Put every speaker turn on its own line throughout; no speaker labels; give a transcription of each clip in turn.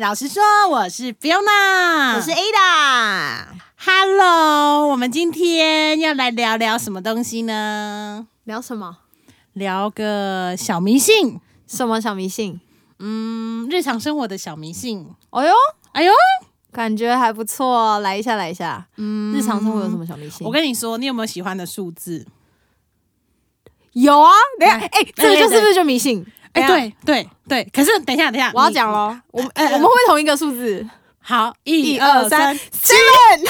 老实说，我是 Fiona，
我是 Ada。
Hello。我们今天要来聊聊什么东西呢？
聊什么？
聊个小迷信，
什么小迷信？
嗯，日常生活的小迷信。
哎呦，
哎呦，
感觉还不错，哦来一下，来一下。嗯，日常生活有什么小迷信？
我跟你说，你有没有喜欢的数字？
有啊，等一下，
哎
哎，这个就是不是就迷信？
哎、
等一下，
对对对，可是等一下，等一下，
我要
你
讲喽。我们
哎哎
我们会不会同一个数字？
好，一
一二
二
三
三，
，seven，就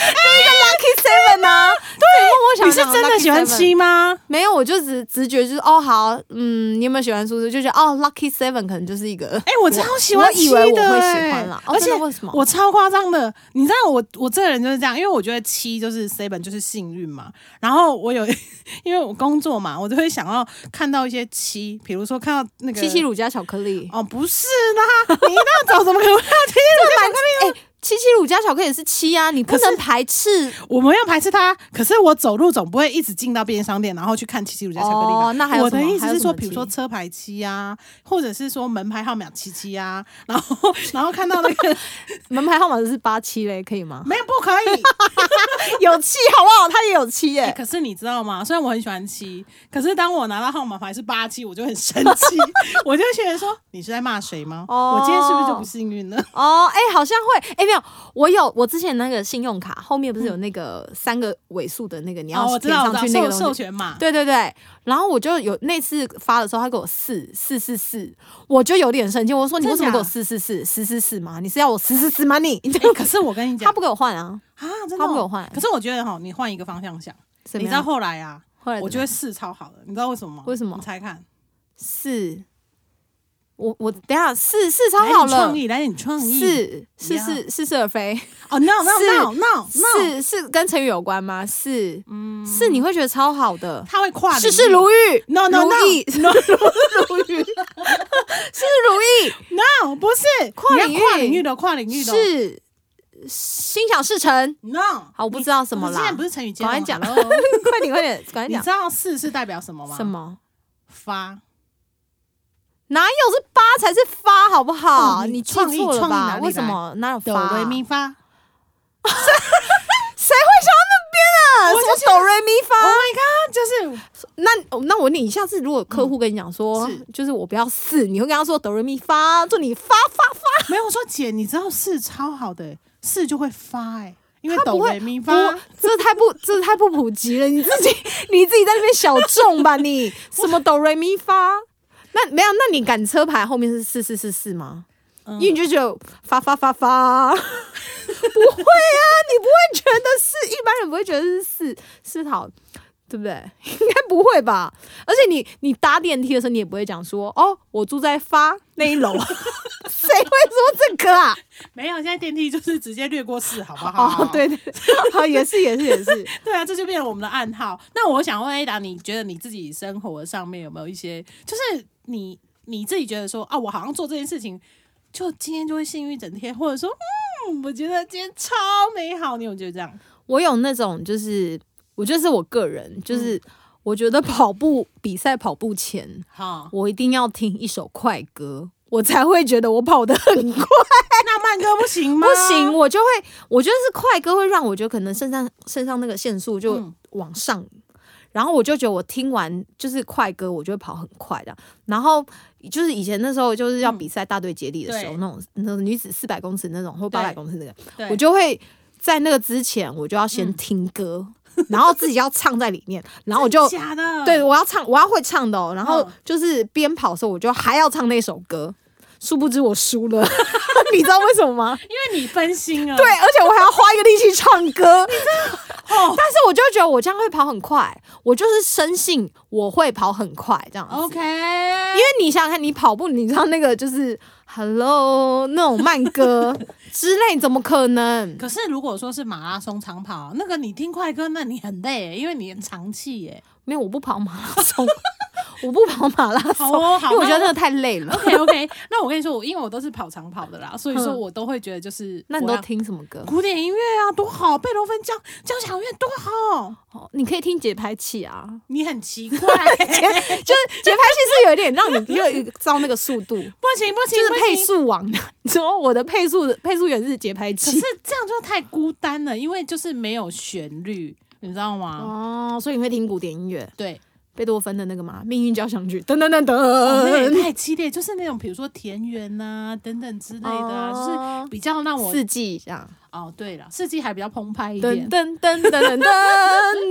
是一个 lucky seven 啊。对，
你
默默想
是
想
真的
lucky
喜欢
seven
七吗？
没有，我就只直觉就是哦好，嗯，你有没有喜欢数字？就觉得哦，lucky seven 可能就是一个。
哎、我超喜欢
我以
七
为
的、欸，
我会喜欢啦哦
而且
真的为什么
我超夸张的，你知道我我这个人就是这样，因为我觉得七就是 seven 就是幸运嘛。然后我有 因为我工作嘛，我就会想要看到一些七，比如说看到那个
七七。乳加巧克力，
哦，不是啦， 你那种怎么可能会要七七乳？
哎、七七乳加巧克力也是七啊，你不能排斥
我们要排斥它，可是我走路总不会一直进到便利商店，然后去看七七乳加巧克力吧。
哦那还有
我的
什么
意思
还有
是
什
说，
么
比如
七
说车牌七啊，或者是说门牌号码七七啊，然后 然后看到那个？
门牌号码是八七嘞，可以吗
没有不可以，
有七好不好？它也有七耶、
欸可是你知道吗？虽然我很喜欢七，可是当我拿到号码牌是八七，我就很生 气，我就觉得说你是在骂谁吗？
哦
我今天是不是就不幸运了？
哦，哎、好像会，哎、没有，我有我之前那个信用卡后面不是有那个三个尾数的那个，你要
哦，我知
填
道，我
上
知道，
去那
授
个
授
东西。
权码，
对对对，然后我就有那次发的时候，他给我四四四四，我就有点生气，我说你
真
为什么
假
给我四四四四四四嘛？你是要我四四四吗 你？
欸可是我跟你
他
讲
不给我换啊，
啊，真的
他不给
哦、
我换
可是我觉得哈，你换一个方向想，
怎
你
么
知道
样？
后来啊，
后来
我觉
得
得四超好的，你知道为什么吗？
为什么
你猜看，
四，我我等一下四四超
来
好
点
了
创，意，来点创意，
是是
你要
是似是而非，
哦，no no
是
no no no， 嗯
是是跟成语有关吗？是，是你会觉得超好的，
他会跨
事
领
事
域
如意
No, no,
如
no.
意如意，事事如 意
no 不是
跨
你要
领域
跨领域的跨领域的哦
是心想事成。
no，
好，我不
你
知道什么
我们现
啦
在不，是成语接
赶快
龙
讲
hello
快点快点赶快
你
讲
知道四是代表什么吗？
什么？
发？
哪有是八才是发好不好？
哦你
你记
创意
错了
创意哪
吧？
里
为什
来
么哪有
哆
发？
来咪发。
谁会想到那边啊？
我
什么
就
哆瑞咪
Oh
发？
my god！就是
那哦那我问你下次如果客户跟你讲说，
嗯是
就是我不要四，你会跟他说哆瑞咪发，祝你发发发，
没有我说姐，你知道四超好的、四就会发哎、因为
他不
哆
会
来咪
不
发。，
这太不这太不普及了，你自己你自己在那边小众吧你，什么哆瑞咪发？那没有，那你赶车牌后面是四四四四吗？
嗯
因为你就觉得发发发发，不会啊，你不会觉得是一般人不会觉得是四是好，对不对？ 应该不会吧？而且你你搭电梯的时候，你也不会讲说哦，我住在发那一楼， 谁会说这个啊？
没有，现在电梯就是直接略过四，好不好？
哦，对对， 对好，也是也是也是，
对啊，这就变成我们的暗号。那我想问 Ada，你觉得你自己生活上面有没有一些，就是你你自己觉得说啊，我好像做这件事情，就今天就会幸运一整天，或者说嗯，我觉得今天超美好，你有觉得这样？
我有那种就是，我觉得是我个人，就是、我觉得跑步比赛跑步前，
好，
我一定要听一首快歌，我才会觉得我跑得很快。
那慢歌不行吗？
不行，，我就会，我觉得是快歌会让我觉得可能肾上肾上那个腺素就
嗯
往上，然后我就觉得我听完就是快歌，我就会跑很快的。然后就是以前那时候就是要比赛大队接力的时候，
对
那种那种女子四百公尺那种或八百公尺那个，
嗯对
我就会在那个之前我就要先
嗯
听歌， 然后自己要唱在里面，然后我就。
假的，
对，我要唱，我要会唱的哦。然后
嗯
就是边跑的时候，我就还要唱那首歌。殊不知我输了， 你知道为什么吗？
因为你分心了。
对，而且我还要花一个力气唱歌，
哦
但是我就觉得我这样会跑很快，我就是深信我会跑很快这样子。
，OK，
因为你想想看，你跑步，你知道那个就是 “hello” 那种慢 歌之类，怎么可能？
可是如果说是马拉松长跑，那 个你听快歌，那你很累耶，因为你很长气耶。
没有，我不跑马拉松， 我不跑马拉松，
好哦，好，
因为我觉得那
那
个太累 了。
OK OK，那我跟你说，我因为我都是跑长跑的啦，所以说
嗯
我都会觉得就是
那你
我
都
要
听什么歌？
古典音乐啊，多好，贝多芬交交响乐多好，
哦，你可以听节拍器啊，
你很奇 怪、欸
就是节拍器是有一点让你有一照那个速 度，
不行不
就
行，
是
不
配
行
速王的。你说我的配速的配速员是节拍
可
器
是这样就太孤单了，因为就是没有旋律，你知道吗？
哦，所以你会听古典音乐，
对，
贝多芬的那 个嘛，命运交响曲，噔噔噔
哦那个
噔，
也太激烈，就是那种比如说田园呐、等等之类的、啊，就是
哦
比较让我
四季这样，
哦，对了，四季还比较澎湃一
噔
点。
噔噔噔噔噔噔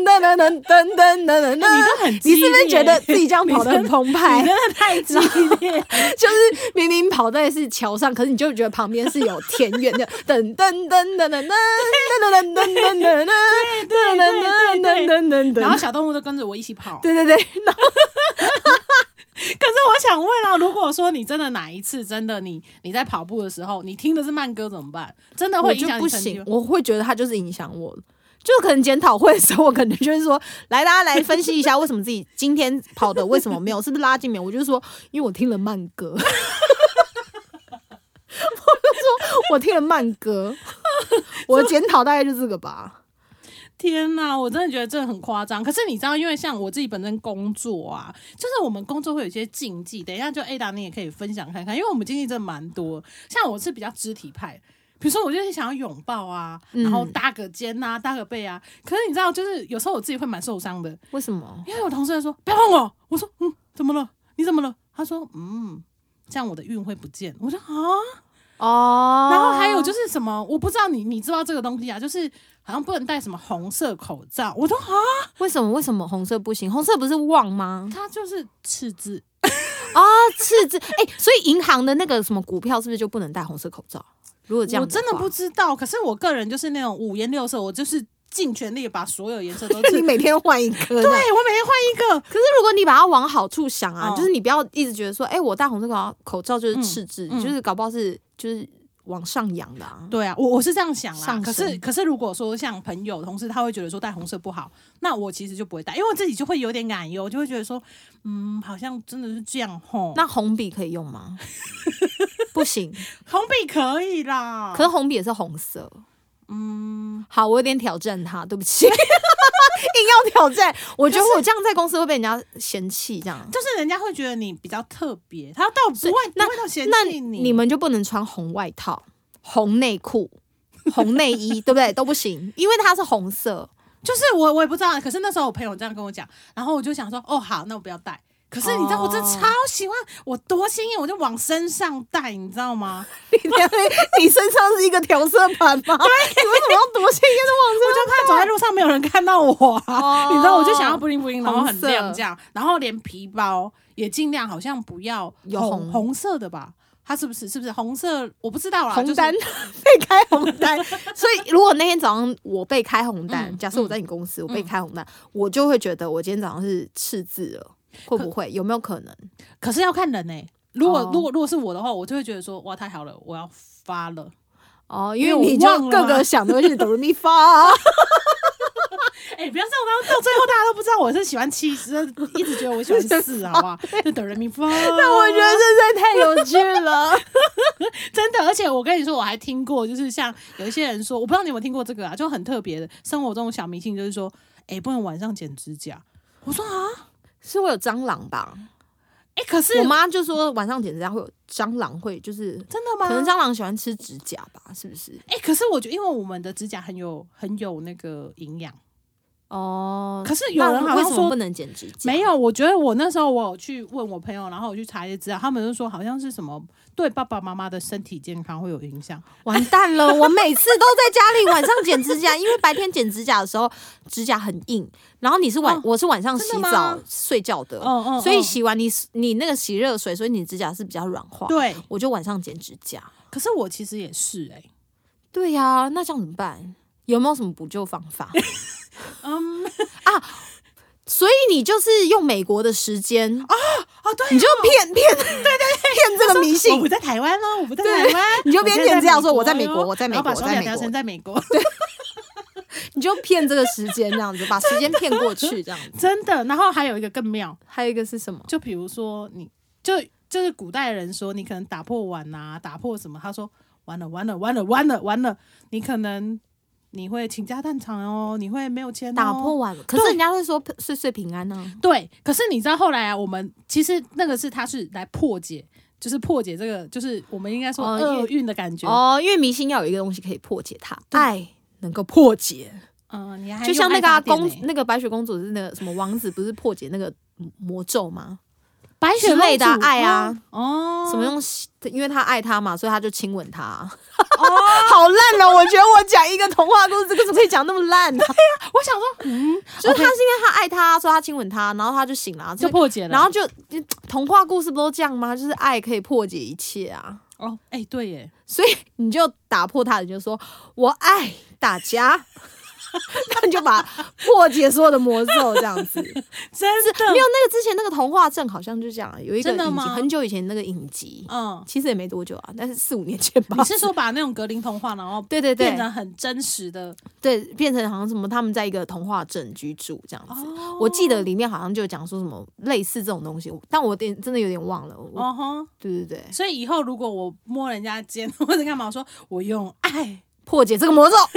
噔噔噔噔噔
你
噔。
都很激
你
烈，
是不是觉得自己这样跑得很澎湃
你？真的太激烈了？
就是明明跑在是桥上，可是你就觉得旁边是有田园 的，噔噔噔噔噔噔噔噔噔噔噔噔噔噔噔噔噔噔
然后
噔，
小动物都跟着我一起跑。
对对对，然后
可是我想问啊，如果说你真的哪一次真的你你在跑步的时候，你听的是慢歌怎么办？真的
我
会影
就
响
不
你成绩
行
吗，？
我会觉得他就是影响我了。就可能检讨会的时候，我可能就是说，来大家来分析一下为什么自己今天跑的为什么没有，是不是拉筋没有？我就说，因为我听了慢歌， 我就说我听了慢歌，我的检讨大概就这个吧。
天呐，我真的觉得这很夸张。可是你知道，因为像我自己本身工作啊，就是我们工作会有一些禁忌。等一下就 A 达你也可以分享看看，因为我们禁忌真的蛮多。像我是比较肢体派，比如说我就是想要拥抱啊，然后搭个肩啊，搭个背啊。可是你知道，就是有时候我自己会蛮受伤的，
为什么？
因为我同事就说不要碰我，我说嗯，怎么了？你怎么了？他说嗯，这样我的运会不见。我说啊。
哦
然后还有就是什么，我不知道你你知道这个东西啊，就是好像不能戴什么红色口罩，我都啊，
为什么为什么红色不行？红色不是旺吗？
它就是赤字，
啊、赤字哎、所以银行的那个什么股票是不是就不能戴红色口罩？如果这样，
我真的不。知道。可是我个人就是那种五颜六色，我就是尽全力把所有颜色都
你
对
每天换一颗，
我每
对。
天换一个，
可是如果你把它往好处想啊，
嗯
就是你不要一直觉得说，哎、我戴红色口罩口罩就是赤字，
嗯嗯
就是搞不好是就是往上扬的啊。
对啊，我我是这样想啦。
上
可
升
是可是如果说像朋友同事他会觉得说戴红色不好，那我其实就不会戴，因为我自己就会有点感忧，就会觉得说，嗯，好像真的是这样吼。
那红笔可以 用吗？不行，
红笔可以啦，
可是红笔也是红色。嗯，好，我有点挑战他，对不起，硬 要挑战。我觉得我这样在公司会被人家嫌弃，这样。
就是人家会觉得你比较特别，他倒不
所以
会
那
不会到嫌
那
弃你。
你们就不能穿红外套、红内裤、红内衣，对不对？都不行，因为它是红色。
就是我我也不知道，可是那时候我朋友这样跟我讲，然后我就想说，哦好，那我不要戴。可是你知道，
哦
我真的超喜欢，我多鲜艳，我就往身上戴，你知道吗？
你身上是一个调色盘吗？对，你为什么要多鲜艳
我就怕走在路上没有人看到我啊，
哦
你知道，我就想要布灵布灵，然后很
红色
亮这样，然后连皮包也尽量好像不要
有
红
红
红色的吧？它是不是是不是红色？我不知道啦，
红单、
就是、
被开红单，所以如果那天早上我被开红单，
嗯
假设我在你公司、我被开红单，我就会觉得我今天早上是赤字了，会不会有没有可能？
可是要看人呢、如果、
哦
如果如果是我的话，我就会觉得说，哇，太好了，我要发了。
哦，
因
因
为
为
我
你就
忘了
各
嘛
个想都是哆来咪发，
哎、不要这样，到到最后大家都不知道我是喜欢七，十，一直觉得我喜欢 四，好不好？就等人民发。
但
那
我觉得这实在太有趣了。
真的，而且我跟你说，我还听过，就是像有一些人说，我不知道你有没有听过这个啊，就很特别的生活中的小迷信，就是说，哎、不能晚上剪指甲。我说啊，
是会有蟑螂吧？
哎、可是
我妈就说晚上剪指甲会有蟑螂，会就是
真的吗？
可能蟑螂喜欢吃指甲吧？是不是？
哎、可是我觉得，因为我们的指甲很有很有那个营养，
哦，
可是有人好
为
像
什么
说。
不能剪指甲？
没有，我觉得我那时候我有去问我朋友，然后我去查一些资料，他们就说好像是什么对爸爸妈妈的身体健康会有影响。
完蛋了！我每次都在家里晚上剪指甲， 因为白天剪指甲的时候指甲很硬，然后你是晚、
哦
我是晚上洗
真的
澡
吗
睡觉的，
嗯嗯，
所以
嗯
洗完你你那个洗热水，所以你指甲是比较软化。，
对，
我就晚上剪指甲。
可是我其实也是哎、
对呀、那这样怎么办？有没有什么补救方法？ 啊
嗯
所以你就是用美国的时间
哦对，
你就 骗骗对对骗这个迷
我
信
不，在台湾喽，我不在台湾，
你就边
我
边
现
这样说
美
我在美
哟
国，我在美
然后
国，
把
我
手表
在美
调
国
成，在美国，
你就骗这个时间这样子，把时间骗过去这样子。
真的。然后还有一个更妙，
还有一个是什么？
就比如说你就就是古代人说你可能打破碗呐、打破什么，他说完了完了完了完了完了，你可能你会倾家荡产哦，你会没有钱、哦，
打破碗，可是人家会说岁岁平安呢、
对，可是你知道后来啊，我们其实那个是他是来破解，就是破解这个，就是我们应该说
哦
厄运的感觉。
哦，因为迷信要有一个东西可以破解它，爱能够破解，
嗯，你还
就像那个、啊、公
公
那个白雪公主是那个什么王子，不是破解那个魔咒吗？
白雪
之
公
类的啊
主
爱啊，
哦，
什么用？因为他爱他嘛，所以他就亲吻他。啊 好烂哦！我觉得我讲一个童话故事，这个怎么可以讲那么烂啊呢、
我想说，嗯，
就是他
OK，
是因为他爱他，所以他亲吻他，然后他就醒了啊，
就
所以
破解了。
然后就童话故事不都这样吗？就是爱可以破解一切啊。
哦，哎、对耶，
所以你就打破它，你就说我爱大家， 那你就把破解所有的魔咒这样子。
真的
没有那个之前那个童话镇好像就这样，有一个
真的
影集，
吗
很久以前那个影集，
嗯，
其实也没多久啊，但是四五年前吧
你。是说把那种格林童话，然后
对对对
变成很真实的？
对，变成好像什么他们在一个童话镇居住这样子。
哦
我记得里面好像就有讲说什么类似这种东西，但我有点真的有点忘了。我
哦吼，
对对对，
所以以后如果我摸人家肩或者干嘛，我说我用爱，
破解这个魔咒。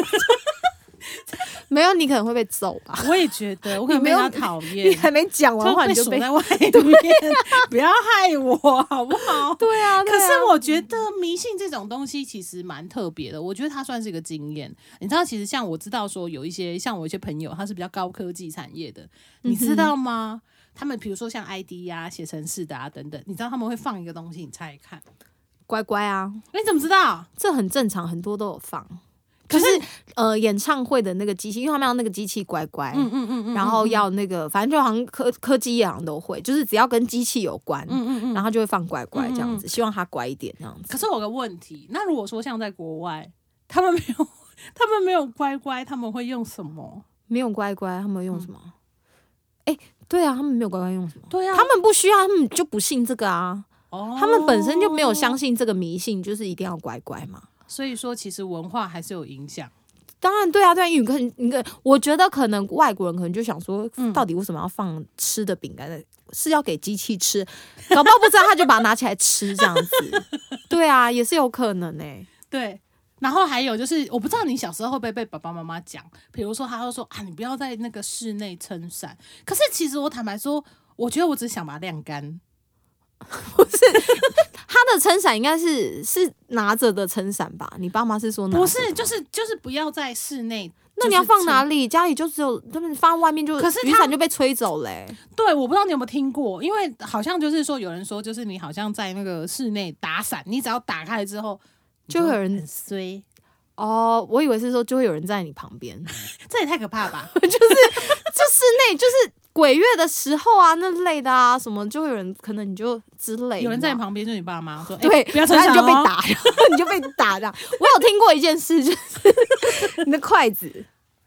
没有，你可能会被揍 吧？
我也觉得我可能
你
被
没有
他讨厌
你，还没讲完
就
话，
被
你就
锁
被
在外面， 不要害我好不好？
对啊，
可是我觉得迷信这种东西其实蛮特别的，我觉得它算是一个经验。你知道，其实像我知道说有一些像我一些朋友，他是比较高科技产业
嗯
的，你知道吗？他们比如说像 ID 啊、写程式的啊等等，你知道他们会放一个东西，你猜一看，哎
乖乖啊，
你怎么知道？
这很正常，很多都有放。
可
可
是
是呃，演唱会的那个机器，因为他们要那个机器乖乖，
嗯嗯嗯嗯，
然后要那个，反正就好像科科技业好像都会，就是只要跟机器有关，
嗯嗯嗯。
然后就会放乖乖这样
嗯
子，希望它乖一点这样子。
可是我有个问题，那如果说像在国外，他们没有， 他们没有乖乖，他们会用什么？
没有乖乖，他们用什么？哎、对啊，他们没有乖乖用什么？
嗯对啊，
他们不需要，他们就不信这个啊，
哦
他们本身就没有相信这个迷信，就是一定要乖乖嘛。
所以说，其实文化还是有影响。
当然，对啊，对啊，因为你看，你看，我觉得可能外国人可能就想说
嗯，
到底为什么要放吃的饼干在？是要给机器吃？搞不好不知道，他就把它拿起来吃这样子。 对啊，也是有可能呢、欸
对，然后还有就是，我不知道你小时候会不会被爸爸妈妈讲，比如说他会说啊，你不要在那个室内撑伞。可是其实我坦白说，我觉得我只是想把它晾干。
他的撑伞应该是是拿着的撑伞吧？你爸妈是说拿？
不是，就是就是不要在室内。
那你要放哪
里？
里？家里就只有他们放外面就，
可是他
雨伞就被吹走嘞、
对，我不知道你有没有听过，因为好像就是说有人说，就是你好像在那个室内打伞，你只要打开了之后，你
就会有人
很衰，
哦，我以为是说就会有人在你旁边，
这也太可怕了吧？
就室内就是鬼月的时候啊那类的啊，什么就会有人可能你就之类的
有人在你
嘛
旁边，就是你爸妈说，哎
对，
不要撑
然后
伞
你就被
哦
打， 然后你就被打这样。我有听过一件事，就是 你的筷子，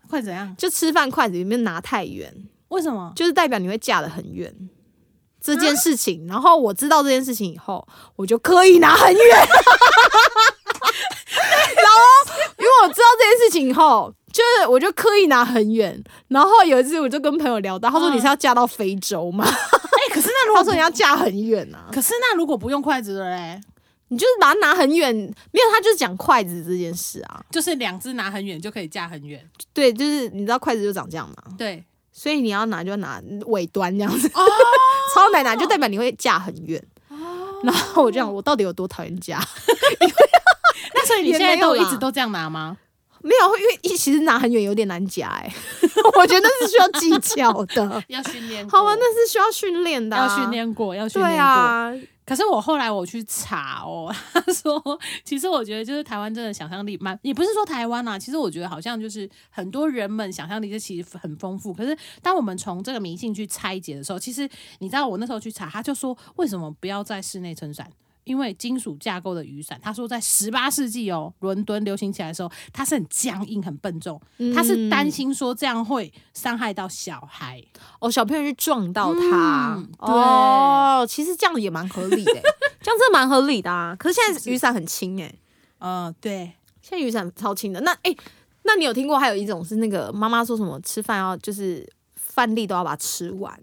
快怎样？
就吃饭筷子里面拿太远，
为什么？
就是代表你会架得很远这件事情。然后我知道这件事情以后，我就刻意拿很远。然后，因为我知道这件事情以后。就是，我就刻意拿很远，然后有一次我就跟朋友聊到，他说
嗯
你是要嫁到非洲吗？
哎、可是那如
他
果
说你要嫁很远啊，
可是那如果不用筷子的嘞，
你就是把它拿很远，没有，他就是讲筷子这件事啊。
就是两只拿很远就可以架很远。
对，就是你知道筷子就长这样嘛，
对，
所以你要拿就拿尾端这样子， 超难拿，就代表你会架很远。然后我就想，我到底有多讨厌 架？
那所以你
也
现在
没
都
有啦
一直都这样拿吗？
没有，因为一其实拿很远有点难夹哎、 我觉得那是需要技巧 的。
要训练
好吧，那是需要训练的、啊
要训。练过，要训练
对
过。
啊，
可是我后来我去查哦， 他说，其实我觉得就是台湾真的想象力蛮，也不是说台湾啦、啊其实我觉得好像就是很多人们想象力是其实很丰富。可是当我们从这个迷信去拆解的时候，其实你知道我那时候去查，他就说为什么不要在室内撑伞？因为金属架构的雨伞，他说在十八世纪哦，伦敦流行起来的时候，它是很僵硬、很笨重，他是担心说这样会伤害到小孩。
哦，小朋友去撞到他。
嗯对
哦，其实这样也蛮合理的欸、 这样真的蛮合理的啊。可是现在雨伞很轻哎、
嗯、对，
现在雨伞超轻的。那哎、那你有听过还有一种是那个妈妈说什么吃饭要就是饭粒都要把它吃完，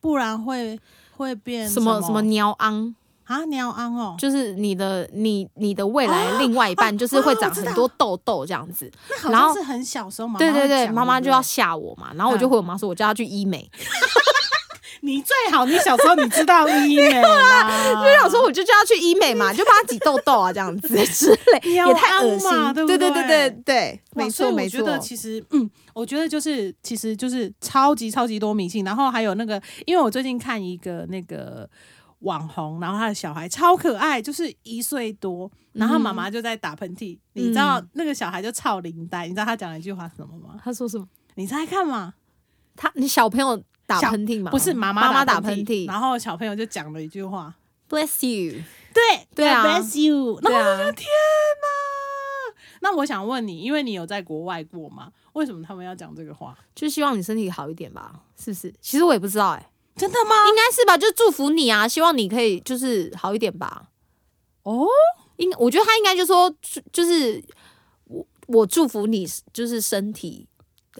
不然会会变
什
嗯么
么什么鸟昂，
啊鸟安哦，
就是你的你你的未来另外一半就是会长
啊哦我知道
很多痘痘这样子。
那好
然
像
后
是很小时候妈妈
对对
会
对，
讲
妈妈
对不
就
对
要吓我嘛，然后我就
嗯
回我妈说，我叫她去医美。
你最好你小时候你知道医美 啦，
就想说，我就叫她去医美
嗯
嘛，就帮她挤痘痘啊，这样子之类，
你要
也太恶
安嘛
心。
对不
对对
对
对对，
哇
没
所以
错没
我觉
错。
得其实，嗯，我觉得就是，其实就是超级超级多迷信，然后还有那个，因为我最近看一个那个网红，然后他的小孩超可爱，就是一岁多，然后
嗯
他妈妈就在打喷嚏，你知道那个小孩就操领带，你知道他讲了一句话是什么吗？
她说什么？
你猜看嘛，
她你小朋友打
小
喷嚏吗？
不是妈
妈
妈
打
喷
嚏
然后小朋友就讲了一句话，
，Bless you。
对
对啊
b l e s s you，然
对
后
啊，
天哪！那我想问你，因为你有在国外过吗？为什么他们要讲这个话？
就希望你身体好一点吧，是不是？其实我也不知道、哎，
真的吗？
应该是吧，就祝福你啊，希望你可以就是好一点吧。
哦，
应我觉得他应该就说，就就是我我祝福你，就是身体。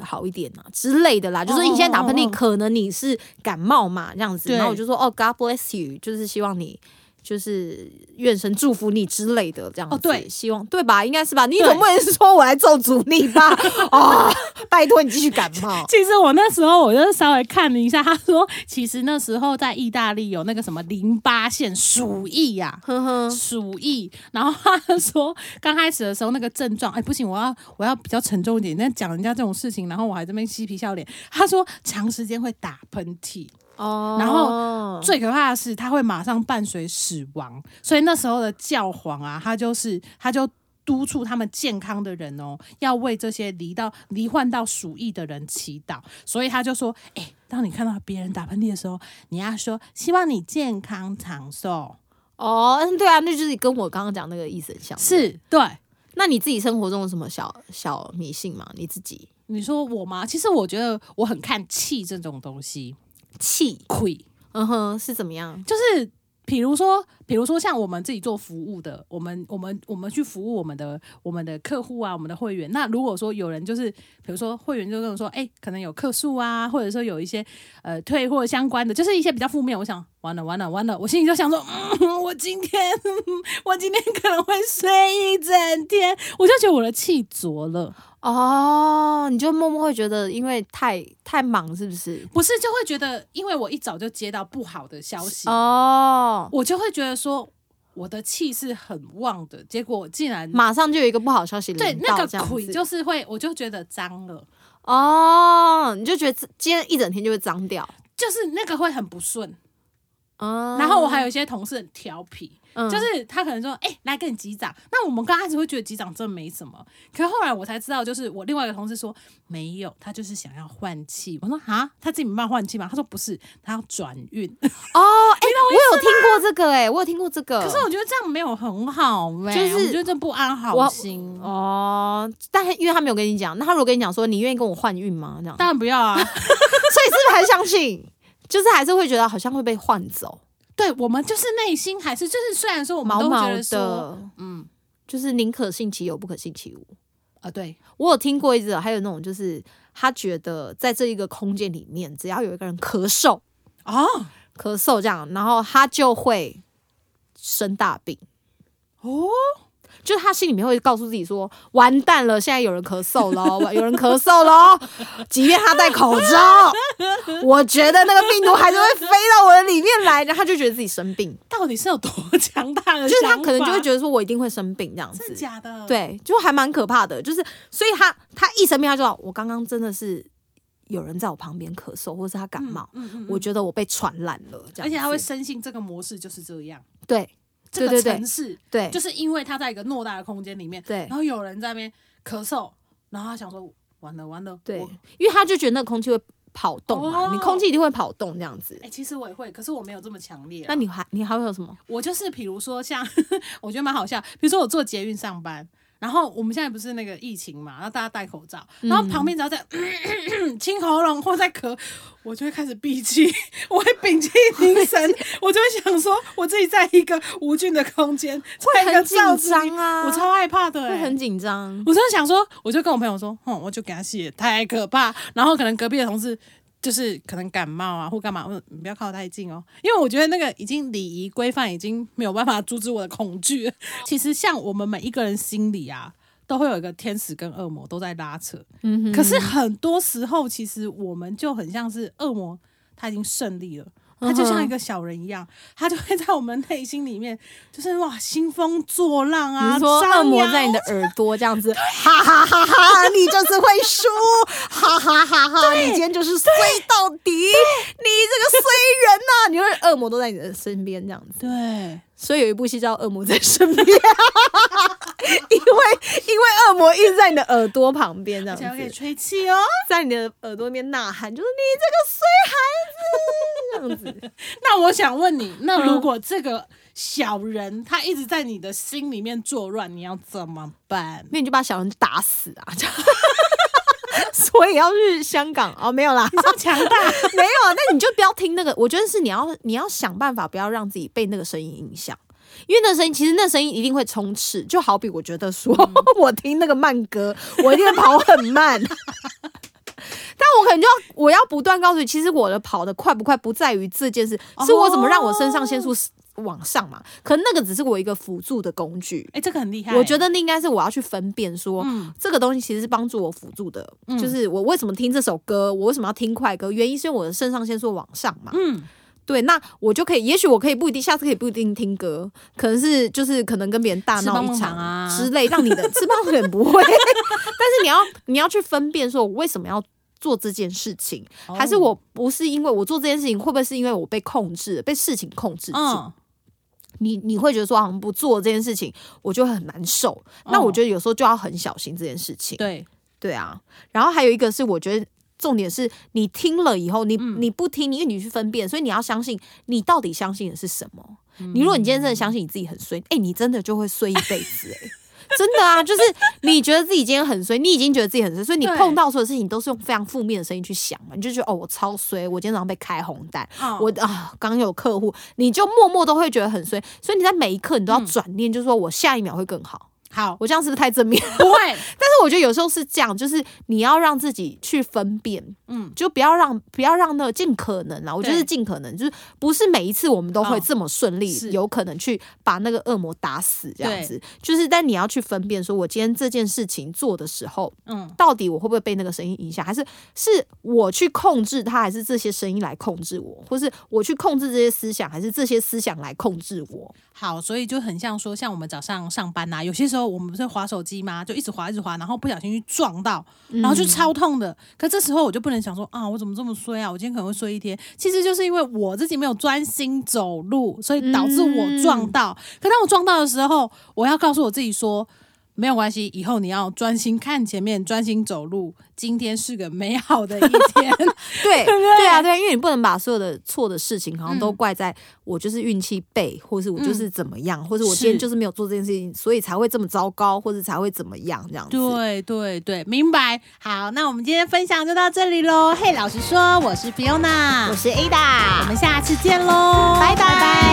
好一点啊之类的啦，就说你现在打喷
哦
嚏，
哦哦
可能你是感冒嘛这样子，
对
然后我就说哦，God bless you，就是希望你就是愿神祝福你之类的这样子。
哦对
希望对吧？应该是吧？你
对
总不能说我来咒诅你 吧？啊、拜托你继续感冒。
其实我那时候我就稍微看了一下，他说其实那时候在意大利有那个什么淋巴腺鼠疫呀、
呵呵，
鼠疫，然后他说刚开始的时候那个症状，哎不行，我要我要比较沉重一点，那讲人家这种事情，然后我还这边嬉皮笑脸。他说长时间会打喷嚏，
哦
然后最可怕的是他会马上伴随死亡，所以那时候的教皇啊，他就是他就督促他们健康的人哦，要为这些离到罹患到鼠疫的人祈祷，所以他就说，哎、当你看到别人打喷嚏的时候，你要说希望你健康长寿，
哦，嗯，对啊，那就是跟我刚刚讲那个意思很像。
是对。
那你自己生活中有什么小小迷信吗？你自己
你说我吗？其实我觉得我很看气这种东西，
气，
气
嗯哼，是怎么样？
就是比如说，比如说像我们自己做服务的，我们我们我们去服务我们的我们的客户啊，我们的会员。那如果说有人就是，比如说会员就跟我说，哎、可能有客诉啊，或者说有一些呃退货相关的，就是一些比较负面。我想完了完了完了，我心里就想说， 嗯，我今天我今天可能会睡一整天，我就觉得我 的气浊了，
哦，你就默默会觉得，因为太太忙，是不是？
不是就会觉得，因为我一早就接到不好的消息，
哦，
我就会觉得说我的气是很旺的，结果我竟然
马上就有一个不好消息
对
临
那
到，
个
这样
鬼
子。
就是会，我就觉得脏了，
哦，你就觉得今天一整天就会脏掉。
就是那个会很不顺。
嗯，
然后我还有一些同事很调皮，
嗯
就是他可能说：“哎、来跟你击掌。”那我们刚开始会觉得击掌真没什么，可是后来我才知道，就是我另外一个同事说没有，他就是想要换气。我说：“啊，他自己没办法换气吗？”他说：“不是，他要转运。
哦，哎、我有听过这个、哎，我有听过这个。
可是我觉得这样没有很好、欸，
就是
我觉得这不安好
我
心。
哦，但因为他没有跟你讲，那他如果跟你讲说你愿意跟我换运吗？这样，
当然不要啊！
所以是不是还相信？就是还是会觉得好像会被换走，
对我们就是内心还是就是，虽然说我们
毛
都
毛
觉得说，
的，
嗯
就是宁可信其有，不可信其无。
啊，对，
我有听过一种，还有那种就是他觉得在这一个空间里面，只要有一个人咳嗽，
哦
咳嗽这样，然后他就会生大病。
哦，
就是他心里面会告诉自己说：“完蛋了，现在有人咳嗽喽，有人咳嗽喽。即便他戴口罩，我觉得那个病毒还是会飞到我的里面来。”然后他就觉得自己生病，
到底是有多 强大的想法？
就是他可能就会觉得说：“我一定会生病。”这样
真
子
的，假的？，
对，就还蛮可怕的。就是所以他他一生病，他就说我刚刚真的是有人在我旁边咳嗽，或是他感冒，
嗯嗯，
我觉得我被传染了。这样子
而且他会深信这个模式就是这样，
对
这个
对对
城市
对
就是因为他在一个偌大的空间里面，
对
然后有人在那边咳嗽，然后他想说完了完了，
对
我。，
因为他就觉得那个空气会跑动嘛，
哦
你空气一定会跑动这样子
哎、。其实我也会，可是我没有这么强烈啊。
那你还你还会有什么？
我就是比如说像，我觉得蛮好笑。比如说我坐捷运上班，然后我们现在不是那个疫情嘛，然后大家戴口罩，然后
嗯
旁边只要在、 清喉咙或在咳，我就会开始闭气，我会屏 气凝神，我就会想说我自己在一个无菌的空间，在一
很
个罩子里
紧张啊
我超害怕的、欸，
会很紧张。
我真的想说，我就跟我朋友说，哼，我就给他写，太可怕。然后可能隔壁的同事就是可能感冒啊或干嘛，我说你不要靠太近哦，因为我觉得那个已经礼仪规范已经没有办法阻止我的恐惧了。其实像我们每一个人心里啊，都会有一个天使跟恶魔都在拉扯。
嗯哼，
可是很多时候，其实我们就很像是恶魔，他已经胜利了。
嗯
他就像一个小人一样，他就会在我们内心里面，就是哇，兴风作浪
你
啊，
是说恶魔
张
在
扬
你的耳朵这 样子，哈哈哈哈，你就是会输，哈哈哈哈，你今天就是衰到底，你这个衰人呐、你就是恶魔都在你的身边这样子。
对，
所以有一部戏叫《恶魔在身边》， 因为因为恶魔一直在你的耳朵旁边这样
而且要给
子，
吹气哦。
在你的耳朵里面呐喊，就是你这个衰孩子这样子。
那我想问你，那如果这个小人他一直在你的心里面作乱，你要怎么办？
那你就把小人打死啊！ 这样所以要去香港哦，没有啦，
你说强大，
没有啊，那你就不要听那个。我觉得是你要你要想办法，不要让自己被那个声音影响，因为那个声音其实那声音一定会充斥。就好比我觉得说，
嗯
我听那个慢歌，我一定会跑很慢。 但我可能就要，我要不断告诉你，其实我的跑得快不快，不在于这件事，是我怎么让我肾
哦
上腺素往上嘛。可能那个只是我一个辅助的工具，
哎、这个很厉害、
我觉，得那应该是我要去分辨说，
嗯
这个东西其实是帮助我辅助的，就是我为什么听这首歌，我为什么要听快歌，原因是因为我的肾上腺素往上嘛。
嗯，
对，那我就可以，也许我可以不一定，下次可以不一定听歌，可能是就是可能跟别人大
吃
闹
棒棒
一场
糖啊
之类，让你的吃棒棒糖不会，但 是你要你要去分辨，说我为什么要。做这件事情，还
哦
是我不是因为我做这件事情，会不会是因为我被控制了，被事情控制住？
嗯，
你你会觉得说好像不做这件事情，我就会很难受。那我觉得有时候就要很小心这件事情。
对，
对啊，然后还有一个是我觉得。重点是你听了以后，你你不听，因为你去分辨，所以你要相信你到底相信的是什么。你如果你今天真的相信你自己很衰，哎、你真的就会衰一辈子哎、真的啊，就是你觉得自己今天很衰，你已经觉得自己很衰，所以你
对
碰到所有事情你都是用非常负面的声音去想嘛，你就觉得哦，我超衰，我今天早上被开红单，
嗯
我啊，刚有客户，你就默默都会觉得很衰，所以你在每一刻你都要转念，就是说我下一秒会更好。
嗯好，
我这样是不是太正面？
不会，
但是我觉得有时候是这样，就是你要让自己去分辨，
嗯
嗯，就不要让不要让那个尽可能啦，我觉得
对
是尽可能，就是不是每一次我们都会
嗯
这么顺利，
是
有可能去把那个恶魔打死这样
对
子。就是，但你要去分辨，说我今天这件事情做的时候，
嗯，
到底我会不会被那个声音影响，还是是我去控制它，还是这些声音来控制我，或是我去控制这些思想，还是这些思想来控制 我？
好，所以就很像说，像我们早上上班啊呐、有些时候我们不是划手机吗？就一直划，一直划，然后不小心去撞到，然后就超痛的。可这时候我就不能想说啊，我怎么这么衰啊？我今天可能会衰一天。其实就是因为我自己没有专心走路，所以导致我撞到。可当我撞到的时候，我要告诉我自己说。没有关系，以后你要专心看前面，专心走路。今天是个美好的一天，
对对啊，对啊，因为你不能把所有的错的事情好
嗯
像都怪在我就是运气背，或是我就是怎么样，或是我今天
嗯是
就是没有做这件事情，所以才会这么糟糕，或者才会怎么样这样子。
对对对，明白。好，那我们今天分享就到这里喽。嘿，老实说，我是 Fiona，
我是 Ada，
我们下次见喽，
拜拜